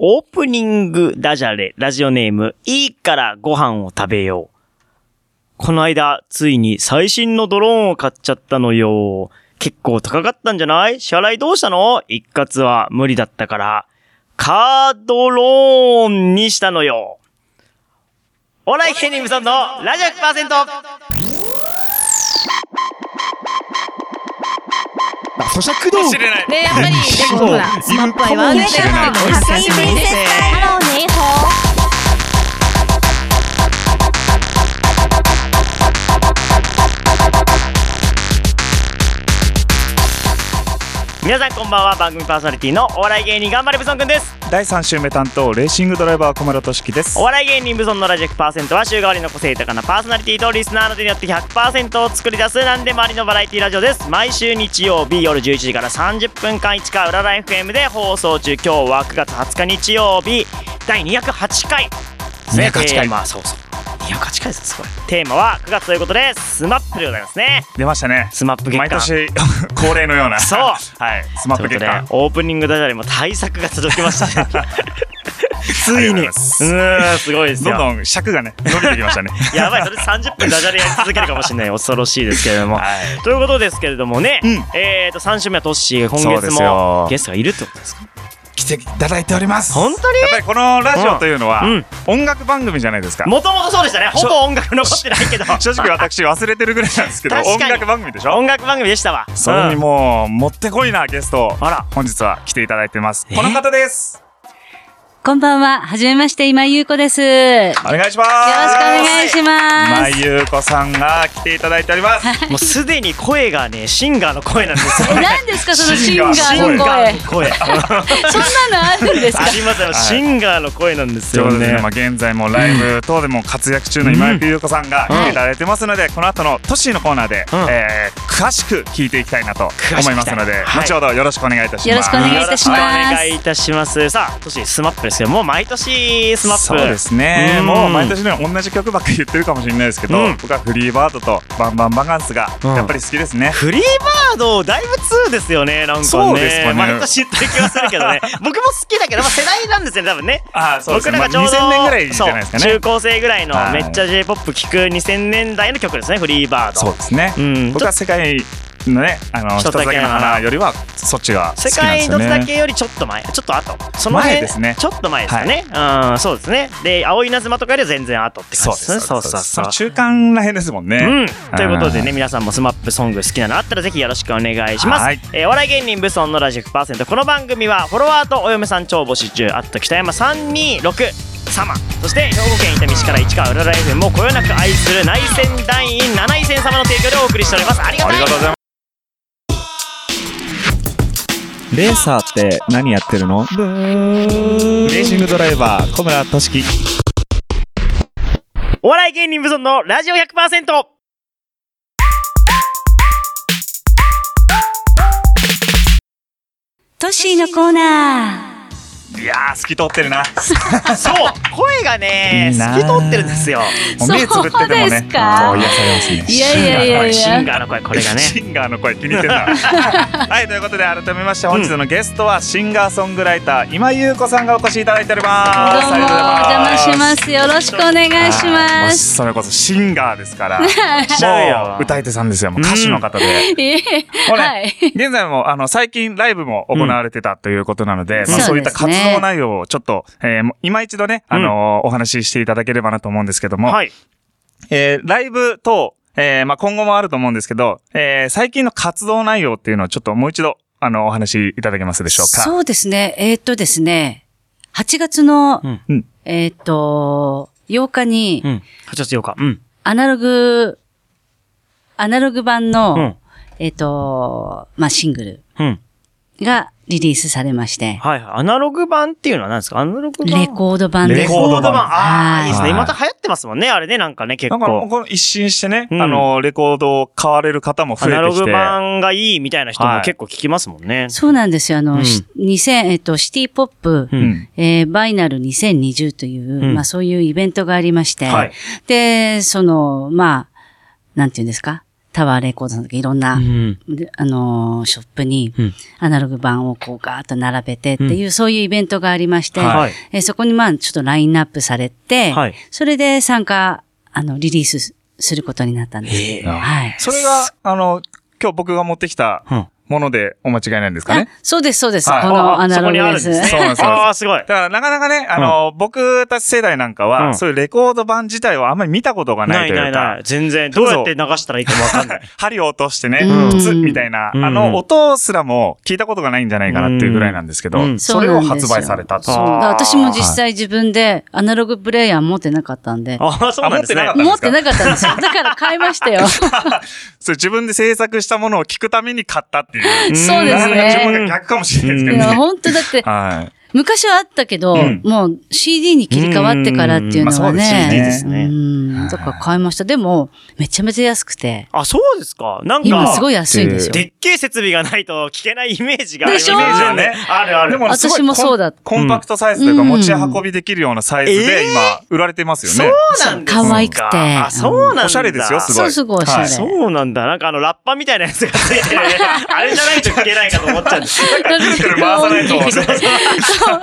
オープニングダジャレ、ラジオネーム、いいからご飯を食べよう。この間、ついに最新のドローンを買っちゃったのよ。結構高かったんじゃない支払いどうしたの一括は無理だったから。カードローンにしたのよ。オライケニムソンのラジオあ咀嚼道具ない。ねやっぱり、でもほら、スマップアイワールドカップの久しぶりですね。 Hello，你好。 100%! 皆さんこんばんは、番組パーソナリティのお笑い芸人頑張れブソンくんです。第3週目担当レーシングドライバー小村俊樹ですお笑い芸人ブソンのラジオ100%は週替わりの個性豊かなパーソナリティとリスナーの手によって100%を作り出す何でもありのバラエティラジオです毎週日曜日夜11時から30分間1回裏ライフ m で放送中今日は9月20日日曜日第208回208テ回ーマそうそう208回ですすごいテーマは9月ということでスマップでございますね出ましたねスマップ月毎間年 恒例のようなそうはいスマッといプうこと月で間オープニングダジャレも対策が届きましたね ついにあり うがとうございますーんすごいですよどんどん尺がね伸びてきまし たねやばい、それ30分ダジャレやり続けるかもしれない。恐ろしいですけれども。は いということですけれどもね、うんえーと、3週目はトッシー、今そうで月すもよゲストがいるってことですか来ていただいております本当にやっぱりこのラジオというのはうん音楽番組じゃないですかもともとそうでしたね。ほぼ音楽残ってないけど。正直私忘れてるぐらいなんですけど確か音に楽番組でし ょ音楽番組でしたわ。それにうんもうもってこいなゲストあら本日は来ていただいてますえこの方ですこんばんは。はじめまして、今井優子です。よろしくお願いしますよろしくおお願いしま。ますゆうこさんが来ていただいておりますもうすでに声がね、シンガーの声なんですよ。 え、何ですか、そのシンガシーンのガー声の。声。あそんなのあるんで すかりますよ。シンガーの声なんですというよことでね、ねまあ。現在もライブ等でも活躍中の今井優子さんが来ていただいてますので、この後のトッシーのコーナーで、うんえー詳しく聞いていきたいなと思詳しく聞いきまたすいので、はい後ほどよろしくお願いいたします。よろしくお願いいたしまよろすくお願いいたします。さあ、トッシー、スマップですけど、もう毎年スマップ。そうですね、うんもう毎年のように同じ曲ばっかり言ってるかもしれないですけど、うん僕はフリーバードとバンバンバガンスがやっぱり好きですね、フリーバード、だいぶ2ですよね、なんかね。そうですかね毎年言ってる気がするけどね。僕も好きだけど、まあ、世代なんですよね、多分ね。ああそうです僕ね、らまあ、がちょうど、 2000年ぐらいじゃないですかそう中ね高生ぐらいのはいめっちゃ J-POP 聴く2000年代の曲ですね、フリーバード。そうですね、うん。僕は世界のねあの一つだけ一つだけの花よりはそっちが好世きなんで界す一つよねだけよりちょっと前、ちょっと後。その辺前ですねちょっと前ですかね。うん、そうですね。で、青い稲妻とかよりは全然後ってそ感うじでですね。すそうですそうそそうの。中間らへんですもんね、うん、ということでねあー皆さんもスマップソング好きなのあったらぜひよろしくお願いします、はいえーお笑い芸人ブソンのラジオ100%この番組はフォロワーとお嫁さん超募集中あった北山326様そして兵庫県伊丹市から市川浦ライフもこよなく愛する内戦団員七井戦様の提供でお送りしておりますありがあたりいがとうございますレーサーって何やってるのレーシングドライバー小村俊樹お笑い芸人ブソンのラジオ100%トッシーのコーナー。いやー透き通ってるなそう声がねいい透なき通ってるんですよもう目つぶっててもそうでねすかこう癒されますねいやいやいやいシンや。ガーの声これがねシンガーの声気に 入ってんなはいということで改めまして本日のゲストはシンガーソングライター今井優子さんがお越しいただいておりどうまも、おすありがとうござい邪魔ますします。よろしくお願いしまもうす。それこそシンガーです からもちゃうよう歌い手さんですよもう歌手の方で、いえもうねはい。現在も、あの、最近ライブも行われてたということなので、んまあ、そそううでいっすたね活動内容をちょっと、えーもう今一度ね、あのーお話ししていただければなと思うんですけども、はいえーライブ等、えーまあ、今後もあると思うんですけど、えー最近の活動内容っていうのをちょっともう一度、あの、お話しいただけますでしょうか。そうですね。えーっとですね。8月の、うんえーっと、8日に、うん8月8日うんアナログ、アナログ版の、うんえっ、と、まあ、シングルうんがリリースされまして、はいはいアナログ版っていうのは何ですかアナログ版レコード版でレレす。ココーードド版版。ああ、はいいいですね。はいまた流行ってますもんね。あれね、なんかね、結なんか、構。この一新してね、うんあの、レコードを買われる方も増アナえロてきグて、版がいいみたいな人もはい結構聞きますもんね。そうなんですよ。あの、うんし2000、えっ、と、シティポップ、ううんん。えーバイナル2020という、うんまあ、そういうイベントがありまして、はいで、その、まあ、なんていうんですかタワーレコードの時いろんな、うん。であのーショップにうんアナログ版をこうガーッと並べてっていう、そういうイベントがありまして、はいえーそこにまあちょっとラインナップされて、はいそれで参加、あの、リリースすすることになったんです。へえはい。それが、あの、今日僕が持ってきたうんものでお間違いないんですかねあ。そうです、そうです。はいこのアナログあであす。そこにあるんですそうなんですよああ、すごいだ。からなかなかね、あの、僕たち世代なんかは、うんそういうレコード版自体をあんまり見たことがなないいというか、ないない。全然、どうやって流したらいいかもわかんない。 針を落としてね、うんプツッみたいな、うんあの音すらも聞いたことがないんじゃないかなっていうぐらいなんですけど、うんそれを発売されたそと。う。だから私も実際自分でアナログプレイヤー持ってなかったんで、ああ、そう思ってないあ。持ってなかったん ですよ。だから買いましたよ。それ自分で制作したものを聞くために買ったっていう。そうでなかすなか自分ね。が逆かもしれないですいけどや、ね。本当だって、はい。昔はあったけど、うんもう CD に切り替わってからっていううんのはまあそうでね。すね CD ですねうん。だから買いました。でも、めちゃめちゃ安くて、あ、そうですか。なんか、今すごい安いんですよで。っけえ設備がないと聞けないイメージがある。でしょイメージはね。あるある。でもすごい私もそうだコンコンパクトサイズというかうん持ち運びできるようなサイズえでー今売られてますよそねう。なんです可愛くてあ、そうなんだ。おしゃれですよすごいそうすごいおしゃれ。はいそうなんだ。なんかあの、ラッパみたいなやつがついてるね。あれじゃないと聞けないかと思っちゃうんですよ。なるべく回さないと 大きくそう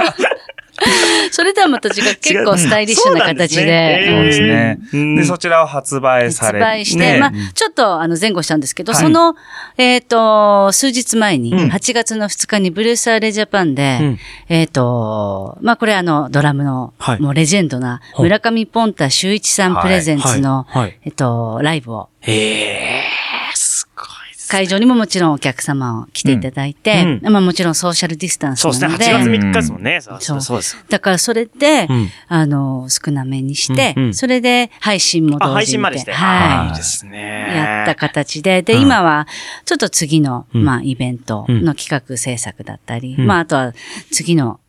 それとはまた違う。結構スタイリッシュな形で。そうですねうんで、そちらを発売さ発れ売して、ねまあ、ちょっとあの前後したんですけど、はいその、えっ、と、数日前に、うん8月の2日にブルース・アレ・ジャパンで、うんえっ、と、まあ、これあの、ドラムの、はいもうレジェンドな、ほう村上ポンタ修一さんプレゼンツの、はいはいえっ、と、ライブを、へえ、すごいですね。会場にももちろんお客様を来ていただいて、うんまあ、もちろんソーシャルディスタンスそうですね。な8ので、月3日ですもんね。そうそうそうです。だからそれで、うんあの、少なめにして、うんうんそれで配信も同時にあ、配信までして。はいい。いですね。やった形で、うで、ん今は、ちょっと次の、うんまあ、イベントの企画制作だったり、うんまあ、あとは、次の、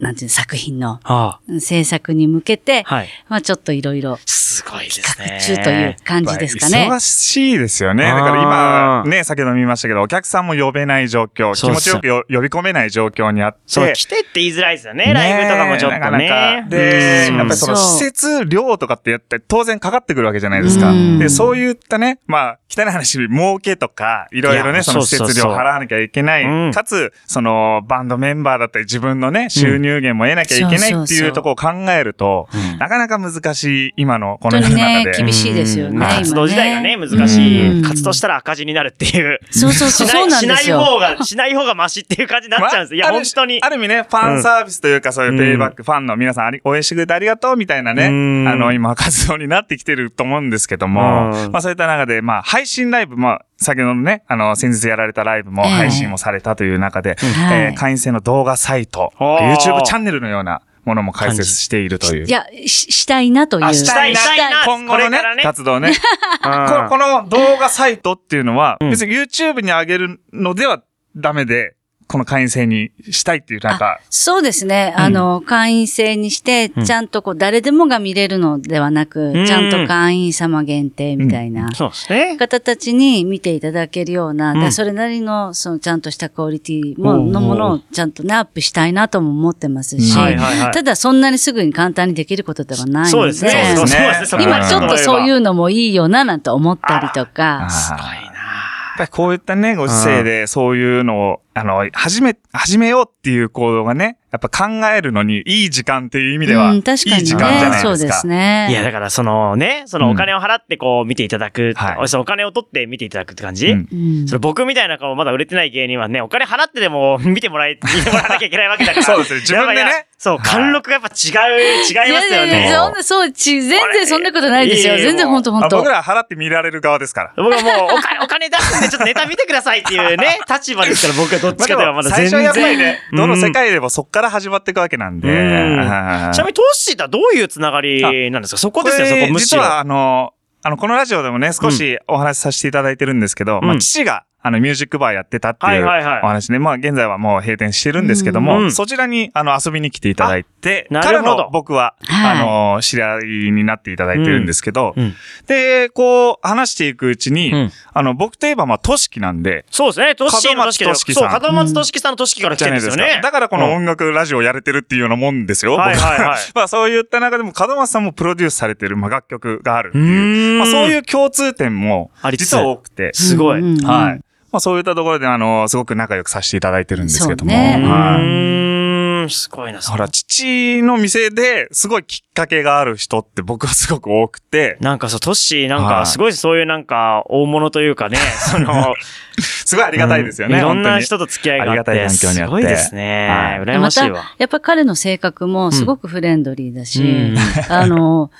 なんていうの作品のは制作に向けて、あ。はい。まあ、ちょっといろいろ、すごいです拡ね。中という感じですかね。忙しいですよね。だあーから今、ね、先ほど見ましたけど、お客さんも呼べない状況、気そうそ持ちうよくよ呼び込めない状況にあって、そう、来てって言いづらいですよね。ライブとかもちょっとね。なかなかで、うやんっぱりその施設量とかってやって当然かかってくるわけじゃないですかうん。で、そういったね、まあ、汚い話、儲けとか、いろいろいやね、そのそ施うそう設そう料払わなきゃいけなうんい。かつ、その、バンドメンバーだったり自分のね、収入源も得なきゃいけないっていうところを考えるとうん、なかなか難しい、今のこ本の当世にのね中、で。厳しいですよね。うん活動自体がね、今難しうんい。活動したら赤字になるっていう。そうそうそしなう、そうい、なんしでないすよ。方が、しない方がマシっていう感じになまっあちゃうんです。いや、ある本当に。ある意味ね、ファンサービスというか、そういうペイバック、ファンの皆さんあり、応援してくれてありがとうみたいなね、うんあの、今、活動になってきてると思うんですけども、うんまあそういった中で、まあ、配信ライブ、まあ、先ほどのね、あの、先日やられたライブもええ配信もされたという中で、はいえー会員制の動画サイト、あー YouTube チャンネルのようなものも開設しているという。いや、し、したいなという。あしたいなしたいな今後このれねからね、活動ね。ここの動画サイトっていうのは、別に YouTube に上げるのではダメで、この会員制にしたいっていう、なんか、そうですね。あの、会員制にして、うんちゃんとこう、誰でもが見れるのではなく、うんちゃんと会員様限定みたいな。そうですね。方たちに見ていただけるような、うんでそれなりの、そのちゃんとしたクオリティも、おうおうのものをちゃんとね、アップしたいなとも思ってますし、はいはいはいただそんなにすぐに簡単にできることではないそのうで、ですね。そうですねそこま今でちょっとそういううのもいいよな、なんて思ったりとか、すごいなやっぱりこういったね、ご時世で、そういうのを、あの、始め、始めようっていう行動がね、やっぱ考えるのに、いい時間っていう意味では、うん、確かいいに時間じゃな、いねですか。そうですいや、ね。だからそのね、そのお金を払ってこう見ていただくはい。そのお金を取って見ていただくって感じうんうんそれ僕みたいな顔まだ売れてない芸人はね、お金払ってでも見てもらえ、見てもらわなきゃいけないわけ だから。そうですね自分でねやっぱいやそう、はい貫禄がやっぱ違う、違いますよいやいやいね。やそんな、そう、ち、全然そんなことないですよ。いやいや全然ほんとほんあと。僕らは払って見られる側ですから。僕はもう お金、お金出すんでちょっとネタ見てくださいっていうね、 立場ですから僕はどっちかではまだ最全初はやっぱり然。ね、どの世界でもそっから始まっていくわけなんで。うんはいちなみにトッシーとはどういうつながりなんですかそここですよ、そこれむし実ろ。はあの、あの、このラジオでもね、少しお話しさせていただいてるんですけど、うんまあ、父が、あの、ミュージックバーやってたっていうおはいはいはい話で、まあ、現在はもう閉店してるんですけども、うんうんそちらに、あの、遊びに来ていただいて、あなかるらほどの僕は、はあいの、知り合いになっていただいてるんですけど、うんで、こう、話していくうちに、うんあの、僕といえば、まあ、都市記なんで、そうですね。トッシーのトシキだよ門松俊樹さそんう、門松俊樹さんのトシキから来じてゃるんなでいすですよか。ね。だからこのうん音楽ラジオやれてるっていうようなもんですよ。はいはいはい まあそういった中でも、門松さんもプロデュースされてる、まあ、楽曲があるってうーいんう、まあ、そういう共通点もあり、つつ実は多くて。すごい。うんうんはい。まあそういったところで、あの、すごく仲良くさせていただいてるんですけども。そうはねいうーん、すごいな、そほれら、父の店ですごいきっかけがある人って僕はすごく多くて、なんかそう、トッシーなんはか、いすごいそういうなんか、大物という かね、その、すごいありがたいですよね。いろんな本当に人と付き合いがあって。ありがたい環境にあってすごいですね。は羨まま、したいやわ。っぱ彼の性格もすごくフレンドリーだし、うんうんあの、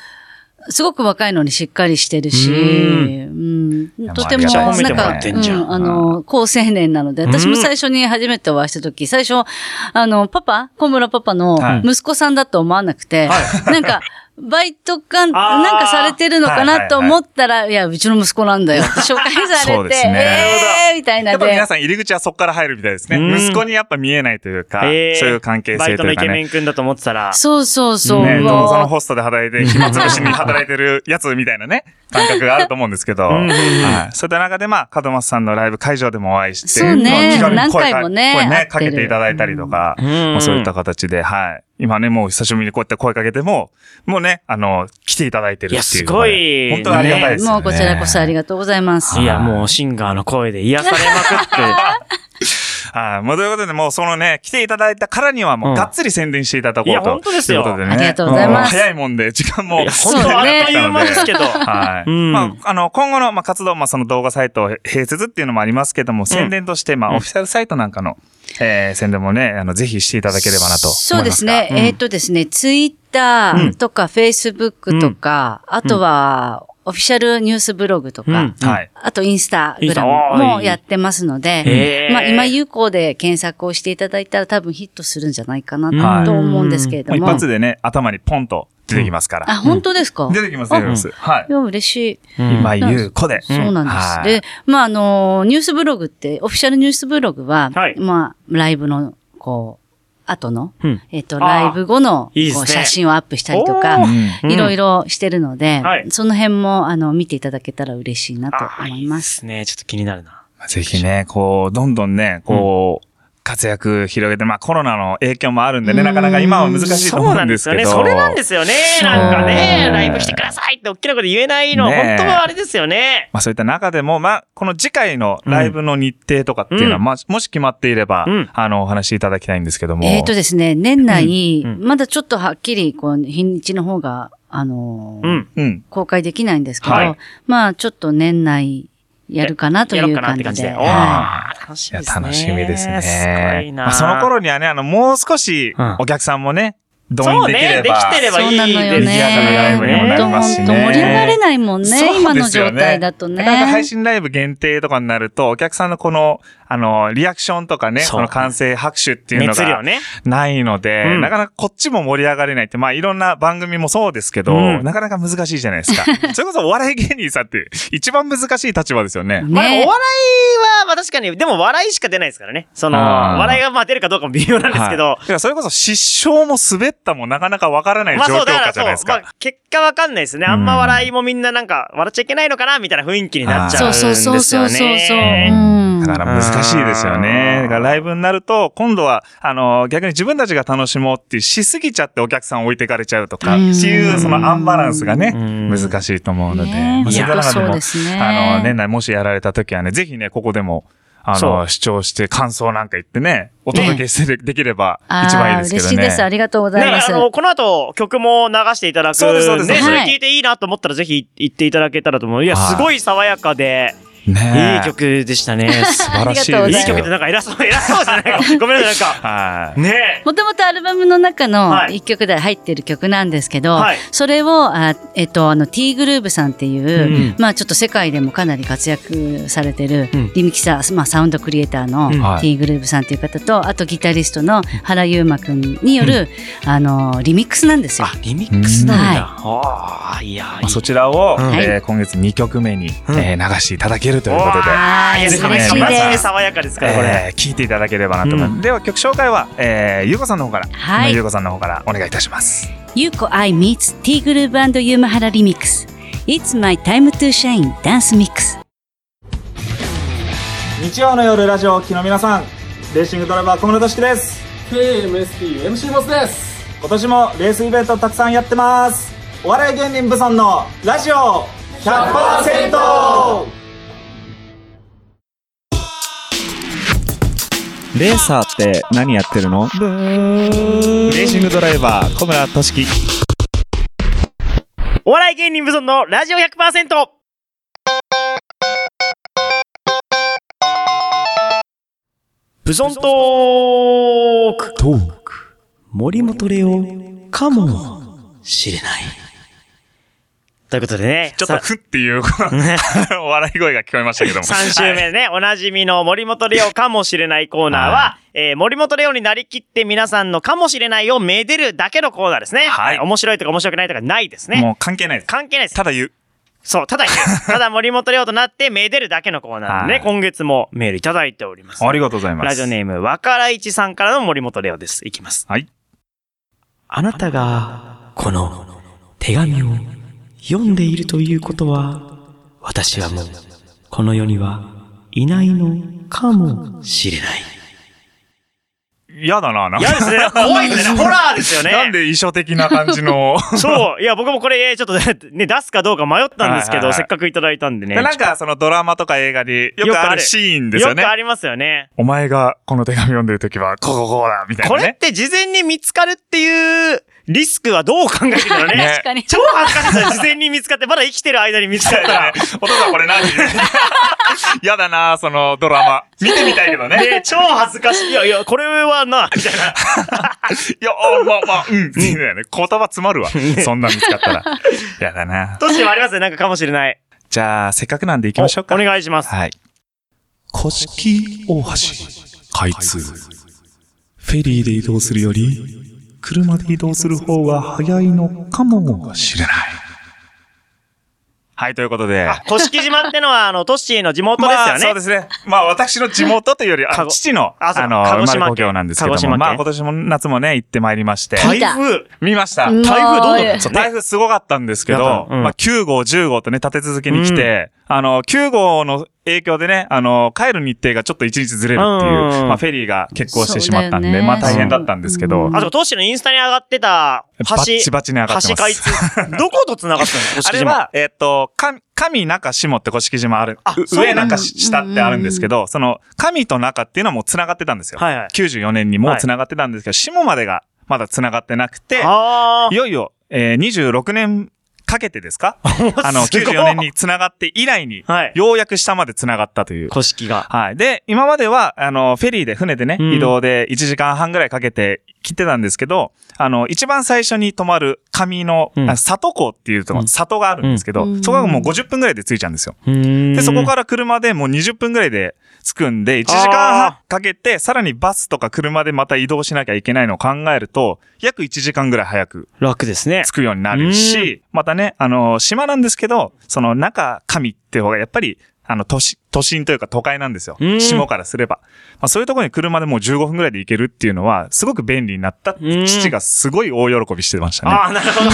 すごく若いのにしっかりしてるし、ううんやとても、めちゃな褒めてんもらかっ、てんじゃんうんあの、高青年なので、私も最初に初めてお会いした時、最初、あの、パパ、小村パパのはい息子さんだと思わなくて、なんか、バイトあか、ーなんかされてるのかなと思ったら、いや、うちの息子なんだよ って紹介さそれうて、ですねえーみたいなやっぱで皆。さん入り口はそこから入るみたいですね。うん息子にやっぱ見えないというか、そうえーいう関係バイ性トとのいうイかケメね。ンくんだと思ってたら、そうそうそう。ね、うどうわもそーのホストで働いて、暇つぶしに働いてるやつみたいなね、感覚があると思うんですけど、んうんうんはい。そういった中で、まあ、門松さんのライブ会場でもお会いして、そうねまあ気軽に何声か回もね声会っね、てるかけていただいたりとか、うんうんまあそういった形で、はい。今ね、もう久しぶりにこうやって声かけても、もうね、あの、来ていただいてるっていいう。やすごい本当にありがたいですよね。もうこちらこそありががとうございます。いや、もうシンガーの声で癒されまくって。 はい。もうということで、もうそのね、来ていただいたからには、もうんうがっつり宣伝していただこうと。いや本当ですよということねありがとうございますも早いもんで、時間も。いや、う本ね当あっねという間ですけど。はい。うんまあ、あの、今後の、まあ、活動、まあ、その動画サイトを併設っていうのもありますけども、宣伝として、まあ、オフィシャルサイトなんかの、えー宣伝もね、あの、ぜひしていただければなと思いますが。そうですね。えっ、とですね、ツイッターとかフェイスブックとか、あとはオフィシャルニュースブログとか、うんはい。あとインスタグラムもやってますのへで、ーまあ今有効で検索をしていただいたら多分ヒットするんじゃないかはないと思うんですけれもどう一も。発でね、頭にポンと出てきますから。あ、本当ですか、出てきます、出てきます。はいい。や、嬉しい。今言う子で。そうなんです。はいで、まあ、あの、ニュースブログって、オフィシャルニュースブログは、はいまあ、ライブの、こう、後の、うんえっ、と、あーライブ後のいいですねこう写真をアップしたりとかお、うんいろいろしてるので、はいその辺も、あの、見ていただけたら嬉しいなとあ思いいいま。ですすね。ちょっと気になるな。ぜひね、こう、どんどんね、こう、活躍広げて、まあコロナの影響もあるんでね、なかなか今は難しいそとう思なうんんでですすけよど。ね。それなんですよね。なんかね、ライブしてくださいって大きなこと言えないの、ねえ本当はあれですよね。まあそういった中でも、まあ、この次回のライブの日程とかっていうのは、うんまあ、もし決まっていれば、うんあの、お話しいただきたいんですけども。えっ、とですね、年内、うんうまだちょっとはっきり、こう、日にちの方が、あのーうん。うん。公開できないんですけど、はいまあ、ちょっと年内、やるかなといやろううかなっ感て感じじで。で。おはーい楽しみいや、ですね。楽しみですね。すごいな。まあ、その頃にはね、あの、もう少しうん、お客さんもね、動そ員うできね、れでば。きてればいいそうなのよでねすリアルなライブにもなりますし本ね。当盛り上がれないもんね、そ今うでのすよ状ね態だとね。なかなか配信ライブ限定とかになると、お客さんのこの、あの、リアクションとかね、そうこの歓声拍手っていうの熱が量、ね。ないので、うんなかなかこっちも盛り上がれないって、まあいろんな番組もそうですけど、うんなかなか難しいじゃないですか。 それこそお笑い芸人さんって一番難しい立場ですよね。まあ、お笑いねは、まあ確かに、でも笑いしか出ないですからね。その、あー笑いがまあ出るかどうかも微妙なんですけどはい、だからそれこそ失笑も滑ったもなかなかわからないまあ状そ況う、だか下らじゃないでそすう、まか。あ結果わかんないですね。あんま笑いもみんななんか、笑っちゃいけないのかなみたいな雰囲気になっちゃそううんですよそうね。そうそうそうそう。うんだから難しいですよねう。んだからライブになると、今度は、あの、逆に自分たちが楽しもうってしすぎちゃってお客さん置いてかれちゃうとか、っていうそのアンバランスがね、うん難しいと思うので。ねまあいやそういった中でそうもですねあの、年内もしやられた時はね、ぜひね、ここでも、あそうの、視聴して感想なんか言ってね、お届けしてできれば一番いいあでーすけどね。嬉しいです。ありがとうございね、ます。あの、この後曲も流していただく。そうですそうですね、はいそれ聞いていいなと思ったらぜひ行っていただけたらと思う。いや、はいすごい爽やかで、いねいえ曲でしたね。素晴らしいあでりいがいとすう曲ごっよて。なんか偉そう、偉そうじゃないか。ごめんなさい、 なんか。はい。ねもともとアルバムの中のはい一曲で入ってる曲なんですけど、はいそれを、あえっと、あの、T グルーブさんっていう、まあちょっと世界でもかなり活躍されてるうん、リミキサー、まあサウンドクリエイターのうんはい T グルーブさんっていう方と、あとギタリストの原優馬くんによる、あの、リミックスなんですよ。あ、リミックスなんだ。はいああ、いや、いまあいそちらを、うんえー今月2曲目に、うんえー流していただけけるということで。あー、いや、嬉しい爽ですやか爽やかですから、これ。えー聞いていただければなと思います、うでは曲紹介は、えー、ゆうこさんの方から、はいゆうこさんの方からお願いいたしますゆうこ I meets T グルーブユーマハラリミックス It's my time to shine ダンスミックス日曜の夜ラジオを聴きの皆さんレーシングドライバー小室俊樹です KMSPMC モスです今年もレースイベントたくさんやってますお笑い芸人ブソンのラジオ 100%! レーサーって何やってるのレーシングドライバー小村俊樹お笑い芸人無尊のラジオ 100%! ブソントークトーク森本レオかもしれない。ということでね、ちょっとさふっ ていうねお笑い声が聞こえましたけども3週目ね、おなじみの森本レオかもしれないコーナーは、えー森本レオになりきって皆さんのかもしれないをめでるだけのコーナーですね。はい面白いとか面白くないとかないですね。もう関係ないです関係ないです。ただ言うそう、ただ言 う、ただ森本亮となって、めでるだけのコーナーではね、い今月もメールいただいております。ありがとうございますラジオネーム、若らいちさんからの森本亮です。いきます。はいあなたが、この、手紙を読んでいるということは、私はもう、この世にはいないのかもしれない。嫌だななんか嫌ですね。怖いですね。ホラーですよね。 なんで衣装的な感じの そう。いや、僕もこれ、ちょっとね、 出すかどうか迷ったんですけはいはいはど、いせっかくいただいたん でね。なんかそのドラマとか映画によくあるシーンですよねよくありますよね。お前がこの手紙読んでるときは、こうこうこうだ、みたいこなれっね。て事前に見つかるっていうリスクはどう考えてるのね。ね確かに超恥ずかしいですよ事前に見つかって、まだ生きてる間に見つかったら。ねお父さんこれ何 やだなそのドラマ。見てみたいけどね。 超恥ずかしい。いやいや、これはな、みたいな。いや、あまあまあ、うん。いいんだよね言葉詰まるわ。そんなん見つかったら。やだな年はありますね、なんかかもしれない。じゃあ、せっかくなんで行きおましょうか。お願いします。はい。古式大橋開通フェリーで移動するより車で移動する方が早いのかもしれないはい、ということで。古式島ってのは、あの、トッシーの地元ですまよあ、ね。そうですね。まあ、私の地元というより、鹿あ児父の、あそうあの、鹿児島生まれ県故郷なんですけ鹿児ど島も、県まあ、今年も夏もね、行ってまいりまして、台風。見ました。うん台風どうだもうったそう台風すごかったんですけど、うんまあ9号、10号とね、立て続けに来て、あの、9号の影響でね、あの、帰る日程がちょっと1日ずれるっていう、うんまあフェリーが欠航してしまったんそうだで、よねまあ大変だったんですけど、うんあと、トッシーのインスタに上がってた橋。バッチバチに上がって橋ま開す。通。どこと繋がってたの古 あ式れ島。は、えっ、と、神、神中下って古式島ある、あうそうな上んだ中下ってあるんですけど、その、神と中っていうのはもう繋がってたんですよ。はいはい94年にもう繋がってたんですけど、下までがまだ繋がってなくて、あいよいよ、えー、26年かけてですかあの、すごい94年に繋がって以来に、はいようやく下まで繋がったというー。古式が。はい。で、今までは、あの、フェリーで船でね、うん移動で1時間半ぐらいかけて来てたんですけど、あの、一番最初に泊まる上の、うんあ里港っていうとこうん里があるんですけど、うんそこがもう50分ぐらいで着いちゃうんですよ。でで、そこから車でもう20分ぐらいで着くんで、1時間半かけて、さらにバスとか車でまた移動しなきゃいけないのを考えると、約1時間ぐらい早く楽ですねつ。くようになるし、またね、あの、島なんですけど、その中神って方がやっぱり、あの、都市都心というか都会なんですようん。下からすれば。まあ、そういうところに車でもう15分ぐらいで行けるっていうのは、すごく便利になったってうん父がすごい大喜びしてましたね。ああ、なるほど。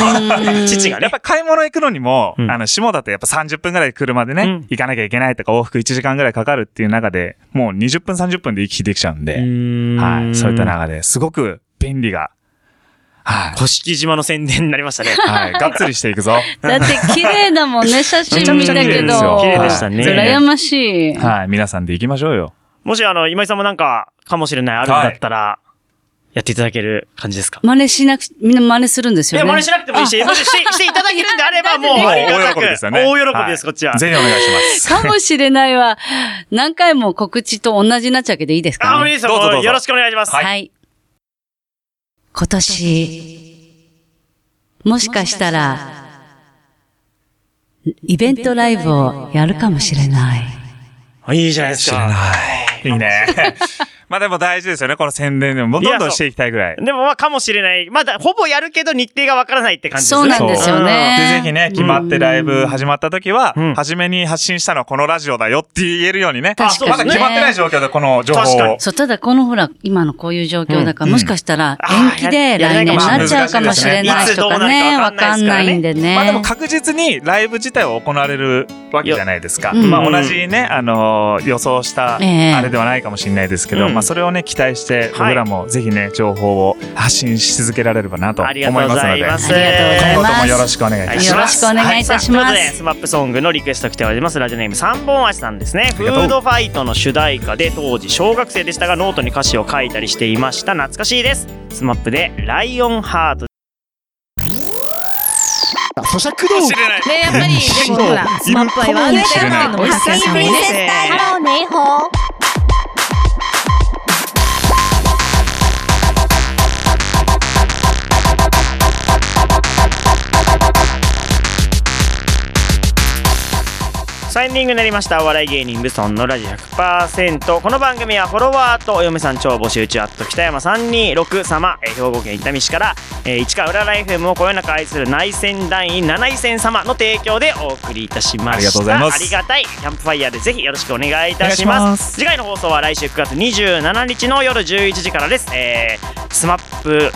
父がやっね。ぱ買い物行くのにも、うんあの、下だとやっぱ30分ぐらいで車でね、うん行かなきゃいけないとか往復1時間ぐらいかかるっていう中で、もう20分30分で行き来できちゃうんで、はい。そういった中ですごく便利が、はい。古式島の宣伝になりましたね。 はい。がっつりしていくぞ。だって綺麗だもんね写真見 ためちゃめちゃ綺け麗でどすよ綺麗でしたね羨ましいはい、皆さんで行きましょうよ。もしあの、今井さんもなんか、かもしれないあるんだったら、やっていただける感じですか真似しなくみんな真似するんですいよや、ね真似しなくてもいい し、もししてしていただけるんであれば、もう、もうありがた大く喜びですよね。大喜びです、はこっいちは。ぜひお願いします。かもしれないは何回も告知と同じになっちゃうけどいいですあ、か、もういいね、ですどうぞどうよ。ぞよろしくお願いします。はい、今年もしかしたらイベントライブをやるかもしれないいいじゃないですか。いいね。 まあでも大事ですよね。この宣伝でも、どんどんしていきたいぐらい。でもまあかもしれない。まだほぼやるけど日程がわからないって感じですね。そうなんですよね。で、ぜひね、決まってライブ始まった時は、うん初めに発信したのはこのラジオだよって言えるようにね。確かにねまだ決まってない状況でこの情報確かにを。そう、ただこのほら、今のこういう状況だから、もしかしたらあー延期でや来年になっちゃうかもしれないとかね、やわれないかもかしれんなないいんでね。まあでも確実にライブ自体は行われるわけじゃないですか。うんまあ同じね、あのー予想したあええれではないかもしれないですけど、うんまあそれをね、期待して、僕らもぜひね、情報を発信し続けられればなと思あいりがとうまごすのざで、います。ありがとうござい今ます後ともよろしくお願いいたしよまろす。しくお願いいたしますはということで、スマップソングのリクエスト来ております。ラジオネーム三本足さんですね。フがとうードファイトの主題歌で当時小学生でしたが、ノートに歌詞を書いたりしていました。懐かしいです。スマップでライオンハート。咀嚼か道もしれない。ね、やっぱり、でもほ ら、スマップ愛はね、知らないあの、お客さんにね、ハローネイホー。サインディングになりました。お笑い芸人ブソンのラジ100%。この番組はフォロワーとお嫁さん超募集中、あと北山326様、えー兵庫県伊丹市から、えー市川浦ライフ M をこよなく愛する内戦団員7位戦様の提供でお送りいたしました。ありがとうございますありがたい。キャンプファイヤーでぜひよろしくお願いいたします。お願いします次回の放送は来週9月27日の夜11時からです。えー、スマップ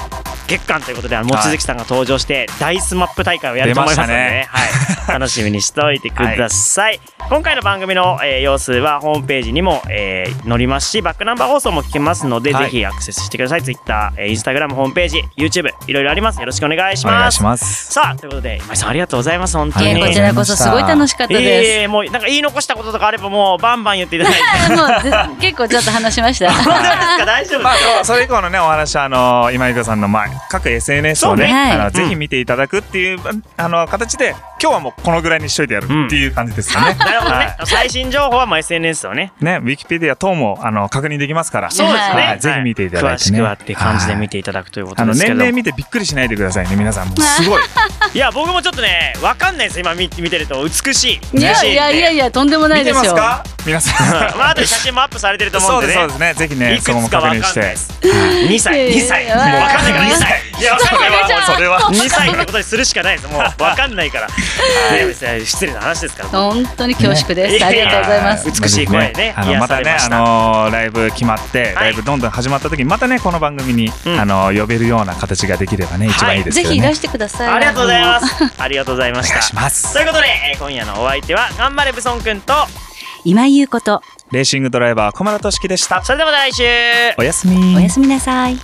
月間ということで、あの望月さんが登場して、大スマップ大会をやると思いますので、出ね、はい、楽しみにしておいてください。今回の番組の、えー様子はホームページにも、えー載りますし、バックナンバー放送も聞けますので、はいぜひアクセスしてください。Twitter、えー Instagram、ホームページ、YouTube、いろいろあります。よろしくお願いしお願まいす。します。さあ、ということで、今井さんありがとうございます。本当いに。やこちらこそすごい楽しかったです。えーもうなんか言い残したこととかあればもうバンバン言っていただい て。 もうず結構ちょっと話しました。大丈夫ですか大丈夫ですまかあ、そうそれ以降のね、お話は、あの、今井子さんの、まあ、各 SNS をね、そうねはいあの、うんぜひ見ていただくっていう、あの、形で、今日はもうこのぐらいにしといてやるっていう感じですかね。なるほどねは。最新情報はまあ SNS をね。いね、ウィキペディア等も、あの、確認できますから。そうですねはいはいぜひ見ていただいて詳しね。くはって感じで見て。ていただくということあの、ですけ年ど。齢い見てびっくりしないでくださいね、皆さん。もうすごい。や、僕もちょっとね、わかんないです。今見見てると、美しい。いやいやいやいや、とんでもない見でてすよます。か皆さん。 まあ、あとで写真もアップされてると思そううでんです、ね。そうですね。ぜひね、いくそこもつか確わかん認なしいでて。す。2歳、い2やいや歳。いもやうわかんないから2歳。いや、それダメじゃんは、それは。そ2歳ってことにするしかないです。もう、わかんないから。ね別に失礼な話ですから。本当に恐縮です。ありがとうございます。美しい声ねあの癒まさたれねましあたのライブ決まって、はいライブどんどん始まった時にまたねこの番組に、うんあの呼べるような形ができればね一番いいですぜけどひね。いらしてください。ありがとうございます。ありがとうございまおし願いた。しまとすいう。ことで、えー今夜のお相手は、頑張れブソンくんと、今井優子と、レーシングドライバー小村俊樹でした。それではまた来週おやすみおやすみなさい。